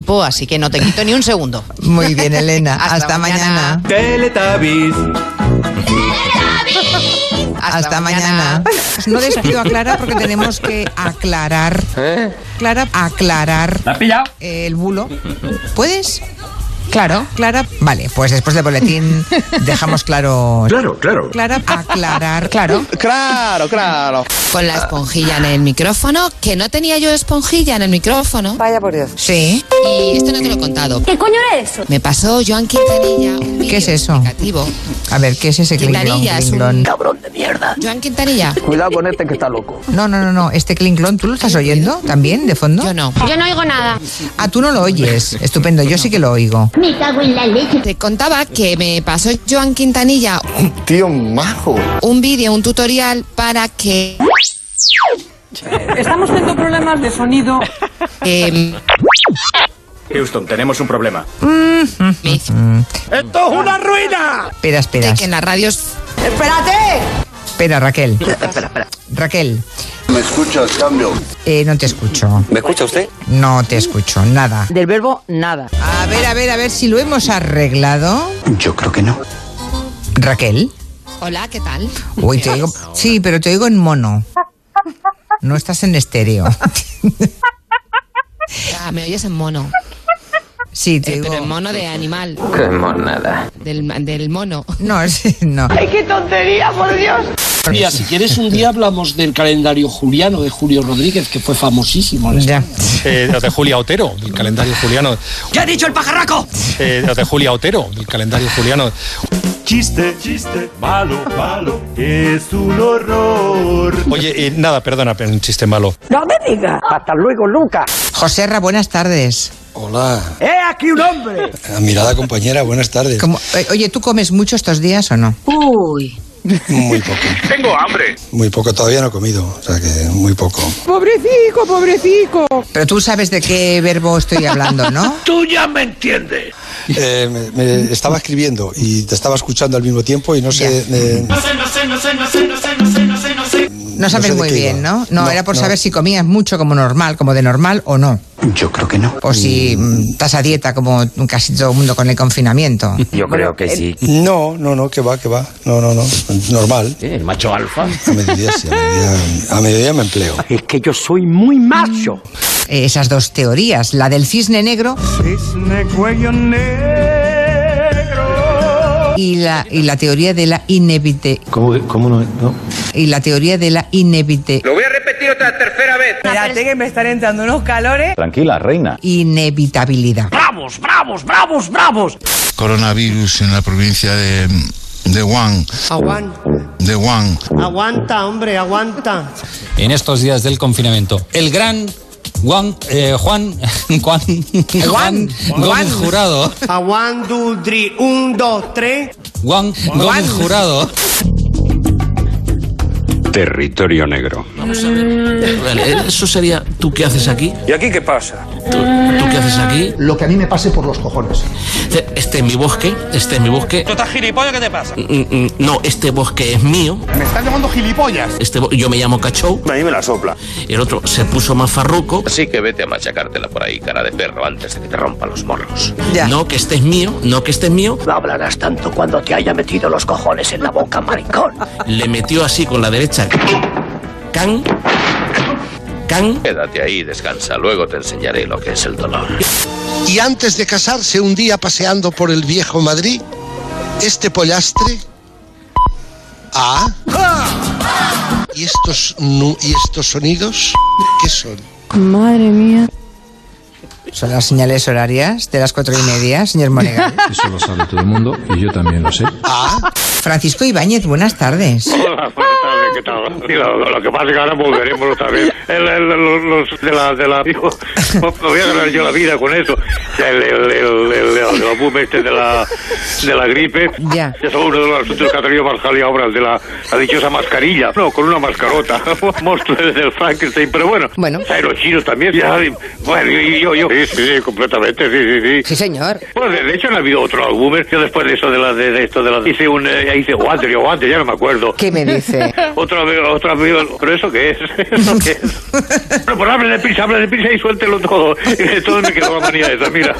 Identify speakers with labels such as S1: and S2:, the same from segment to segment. S1: tiempo, así que no te quito ni un segundo.
S2: Muy bien, Elena. Hasta, mañana.
S3: Teletubbies.
S2: Hasta, mañana. No despido a Clara porque tenemos que aclarar. Clara, aclarar
S3: ¿Eh? ¿La has pillado?
S2: el bulo. ¿Puedes? Claro, Clara. Vale, pues después del boletín dejamos claro.
S3: Claro, claro.
S2: Clara, aclarar. Claro.
S4: Claro, claro.
S1: Con la esponjilla en el micrófono, que no tenía yo esponjilla en el micrófono.
S5: Vaya por Dios.
S2: Sí.
S1: Y esto no te lo he contado.
S6: ¿Qué coño era eso?
S1: Me pasó Joan Quintanilla. un vídeo
S2: es eso?
S1: explicativo.
S2: A ver, ¿qué es ese clinglón?
S1: Quintanilla es un-
S2: clinglón?
S1: Joan Quintanilla.
S4: Cuidado con este que está loco.
S2: No, no, no, no. Este clinglón, ¿tú lo estás oyendo también de fondo?
S1: Yo no.
S6: Yo no oigo nada.
S2: Ah, tú no lo oyes. Estupendo, yo sí que lo oigo.
S6: Me cago en la leche.
S1: Te contaba que me pasó Joan Quintanilla
S4: Tío majo.
S1: un vídeo, un tutorial para que
S7: Estamos teniendo problemas de sonido.
S1: eh,
S3: Houston, tenemos un problema.
S1: me dice
S3: ¡Esto es una ruina!
S2: Espera, espera.
S1: que en las radios
S2: Espera, Raquel. Raquel,
S8: ¿Me escuchas, cambio?
S2: eh, no te escucho.
S4: ¿Me escucha usted?
S2: No te escucho, nada.
S5: Del verbo nada.
S2: A ver, a ver, a ver si lo hemos arreglado.
S8: Yo creo que no.
S2: Raquel.
S1: Hola, ¿qué tal?
S2: Uy, te oigo. Sí, pero te oigo en mono. No estás en estéreo.
S1: Ah, me oyes en mono.
S2: Sí,
S1: Eh,
S2: te
S1: pero en
S2: oigo.
S1: mono de animal.
S4: Qué monada.
S1: Del, del mono.
S2: No, sí, no.
S9: Mira, si quieres un día hablamos del calendario juliano de Julio Rodríguez, que fue famosísimo. este
S2: Ya.
S10: Eh, los de Julia Otero, del calendario juliano.
S7: ¿Qué ha dicho el pajarraco?
S10: Eh, los de Julia Otero, del calendario juliano.
S3: Chiste, chiste, malo, malo, es un horror.
S10: Oye, eh, nada, perdona, pero un chiste malo.
S4: Hasta luego, Luca.
S2: José buenas tardes.
S9: Hola,
S4: ¡He aquí un hombre!
S9: admirada compañera, buenas tardes.
S2: Como- eh, oye, ¿tú comes mucho estos días o no?
S1: Uy.
S9: Muy poco. Tengo hambre. Muy poco, todavía no he comido, o sea que muy poco.
S2: Pero tú sabes de qué verbo estoy hablando, ¿no?
S9: Eh, me, me estaba escribiendo y te estaba escuchando al mismo tiempo y no sé... eh,
S2: No sabes
S9: sé de
S2: muy
S9: qué
S2: bien,
S9: iba.
S2: ¿no? No, era por
S9: no.
S2: saber si comías mucho como normal, como de normal o no.
S8: Yo creo que no.
S2: O si mm, estás a dieta como casi todo el mundo con el confinamiento.
S4: Yo creo que sí.
S9: No, no, no, que va, que va. No, no, no. Normal.
S4: El macho alfa.
S9: A mediodía sí, a mediodía, a mediodía me empleo.
S4: Es que yo soy muy macho.
S2: Eh, Esas dos teorías, la del cisne negro
S3: Cisne cuello negro.
S2: y la, y la teoría de la inevite.
S3: ¿Cómo, no,
S2: Y la teoría de la inevite.
S7: Espérate que me están entrando unos calores.
S3: Tranquila, reina.
S2: Inevitabilidad.
S4: ¡Bravos, bravos, bravos, bravos!
S8: Coronavirus en la provincia de, de Wuhan. De Wuhan.
S7: Aguanta, hombre, aguanta.
S10: En estos días del confinamiento, el gran Juan, Juan, Juan,
S2: Juan Juan.
S10: Jurado,
S7: Aguandudri, un, dos, tres.
S10: Juan, Juan Jurado.
S8: Territorio negro.
S9: eh, Eso sería, ¿tú qué haces aquí?
S3: ¿Y aquí qué pasa?
S9: ¿Tú qué haces aquí?
S4: Lo que a mí me pase por los cojones.
S9: Este es mi bosque, este es mi bosque. Mm,
S3: ¿Tú estás gilipollas? ¿Qué te pasa?
S9: No, este bosque es mío.
S3: Me están llamando gilipollas.
S9: Este bo- yo me llamo Cachou,
S3: A mí me la sopla.
S9: el otro se puso más farruco.
S4: Así que vete a machacártela por ahí, cara de perro, antes de que te rompan los morros.
S2: Ya.
S9: No, que este es mío, no, que este es mío.
S4: No hablarás tanto cuando te haya metido los cojones en la boca, maricón.
S9: Le metió así con la derecha. Can. Can.
S4: Quédate ahí, descansa, luego te enseñaré lo que es el dolor.
S8: Y antes de casarse, un día paseando por el viejo Madrid, este pollastre. Ah. ¿Y estos, nu- ¿Y estos sonidos? ¿Qué son?
S2: Son las señales horarias de las cuatro y media, señor Monegal.
S3: Eso lo sabe todo el mundo y yo también lo sé.
S2: Francisco Ibáñez, buenas tardes.
S3: Hola, buenas tardes, ¿qué tal? Sí, Lo, lo que pasa es que ahora volveremos otra vez. El- el- los, los de la... De la hijo, me voy a ganar yo la vida con eso. El, el, el, el, el abum este de la, de la gripe.
S2: Ya.
S3: Eso es uno de los asuntos que ha tenido Marjali ahora, el de la, la dichosa mascarilla. No, con una mascarota. Monstruo del Frankenstein, pero bueno.
S2: Bueno.
S3: O sea, y los chinos también. Ya, y- bueno, y yo, yo, yo, sí, sí, sí, completamente, sí, sí, sí.
S5: Sí, señor.
S3: Bueno, de, de hecho no ha habido otro álbum. Yo después de eso de, la, de, de esto de la hice un eh, hice Water o Water, ya no me acuerdo.
S5: ¿Qué me dice?
S3: Otra vez, otra vez, pero eso qué es, eso qué es. Bueno, pues hable de prisa, hable de prisa y suéltelo todo. Todo me quedó la manía esa, mira.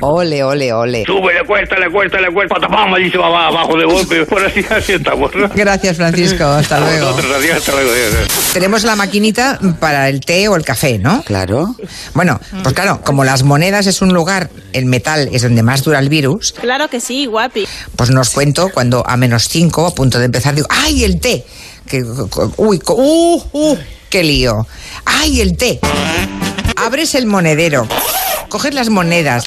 S5: Ole, ole, ole.
S3: Sube, le cuesta, le cuesta, le cuesta, patapama, y se va abajo, abajo de golpe. Bueno, así, así estamos. ¿no?
S2: Gracias, Francisco. Hasta luego.
S3: Nosotros, adiós, hasta luego. adiós, adiós.
S2: Tenemos la maquinita para el té o el café, ¿no?
S5: Claro.
S2: Bueno, pues claro, como las monedas es un lugar, el metal es donde más dura el virus,
S6: Claro que sí, guapi.
S2: pues nos cuento cuando a menos 5, a punto de empezar, digo, ¡ay, el té! Que, uy, co- uh, uh, qué lío. ¡Ay, el té! Abres el monedero, coges las monedas.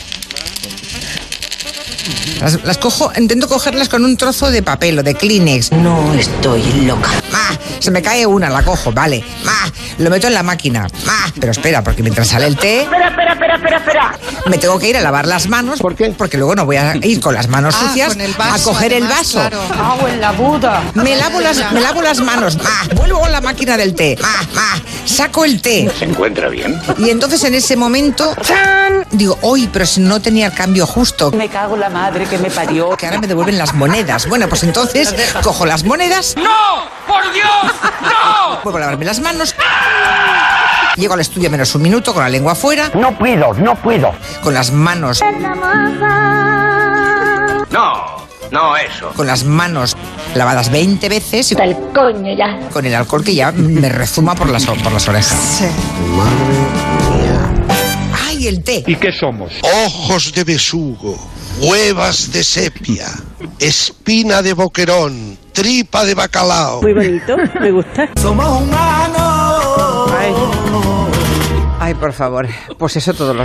S2: Las, las cojo, intento cogerlas con un trozo de papel o de Kleenex.
S5: No estoy loca.
S2: Ma, se me cae una, la cojo, vale. Ma, lo meto en la máquina. Ma, pero espera, porque mientras sale el té. Espera, espera, espera, espera, Me tengo que ir a lavar las manos. ¿Por qué? Porque luego no voy a ir con las manos
S11: Ah,
S2: sucias
S11: con el vaso,
S2: a coger el
S11: además,
S2: vaso.
S11: claro.
S2: Me lavo las, me lavo las manos. Ma, vuelvo con la máquina del té. Ma, ma, saco el té.
S4: ¿Se encuentra bien?
S2: Y entonces en ese momento. Digo, hoy, pero si no tenía el cambio justo.
S11: Me cago en la madre que me parió.
S2: Que ahora me devuelven las monedas. Bueno, pues entonces cojo las monedas.
S7: ¡No! ¡Por Dios! ¡No!
S2: Vuelvo a lavarme las manos. Llego al estudio menos un minuto con la lengua afuera. No puedo, no puedo. Con las manos,
S4: No, no eso.
S2: con las manos lavadas 20 veces y
S12: Hasta el coño ya.
S2: con el alcohol que ya me rezuma por las, o- por las orejas.
S11: Sí.
S2: ¡Ay, el té!
S8: Ojos de besugo, huevas de sepia, espina de boquerón, tripa de bacalao.
S6: bonito, me gusta.
S5: Ay, por favor. Pues eso todos los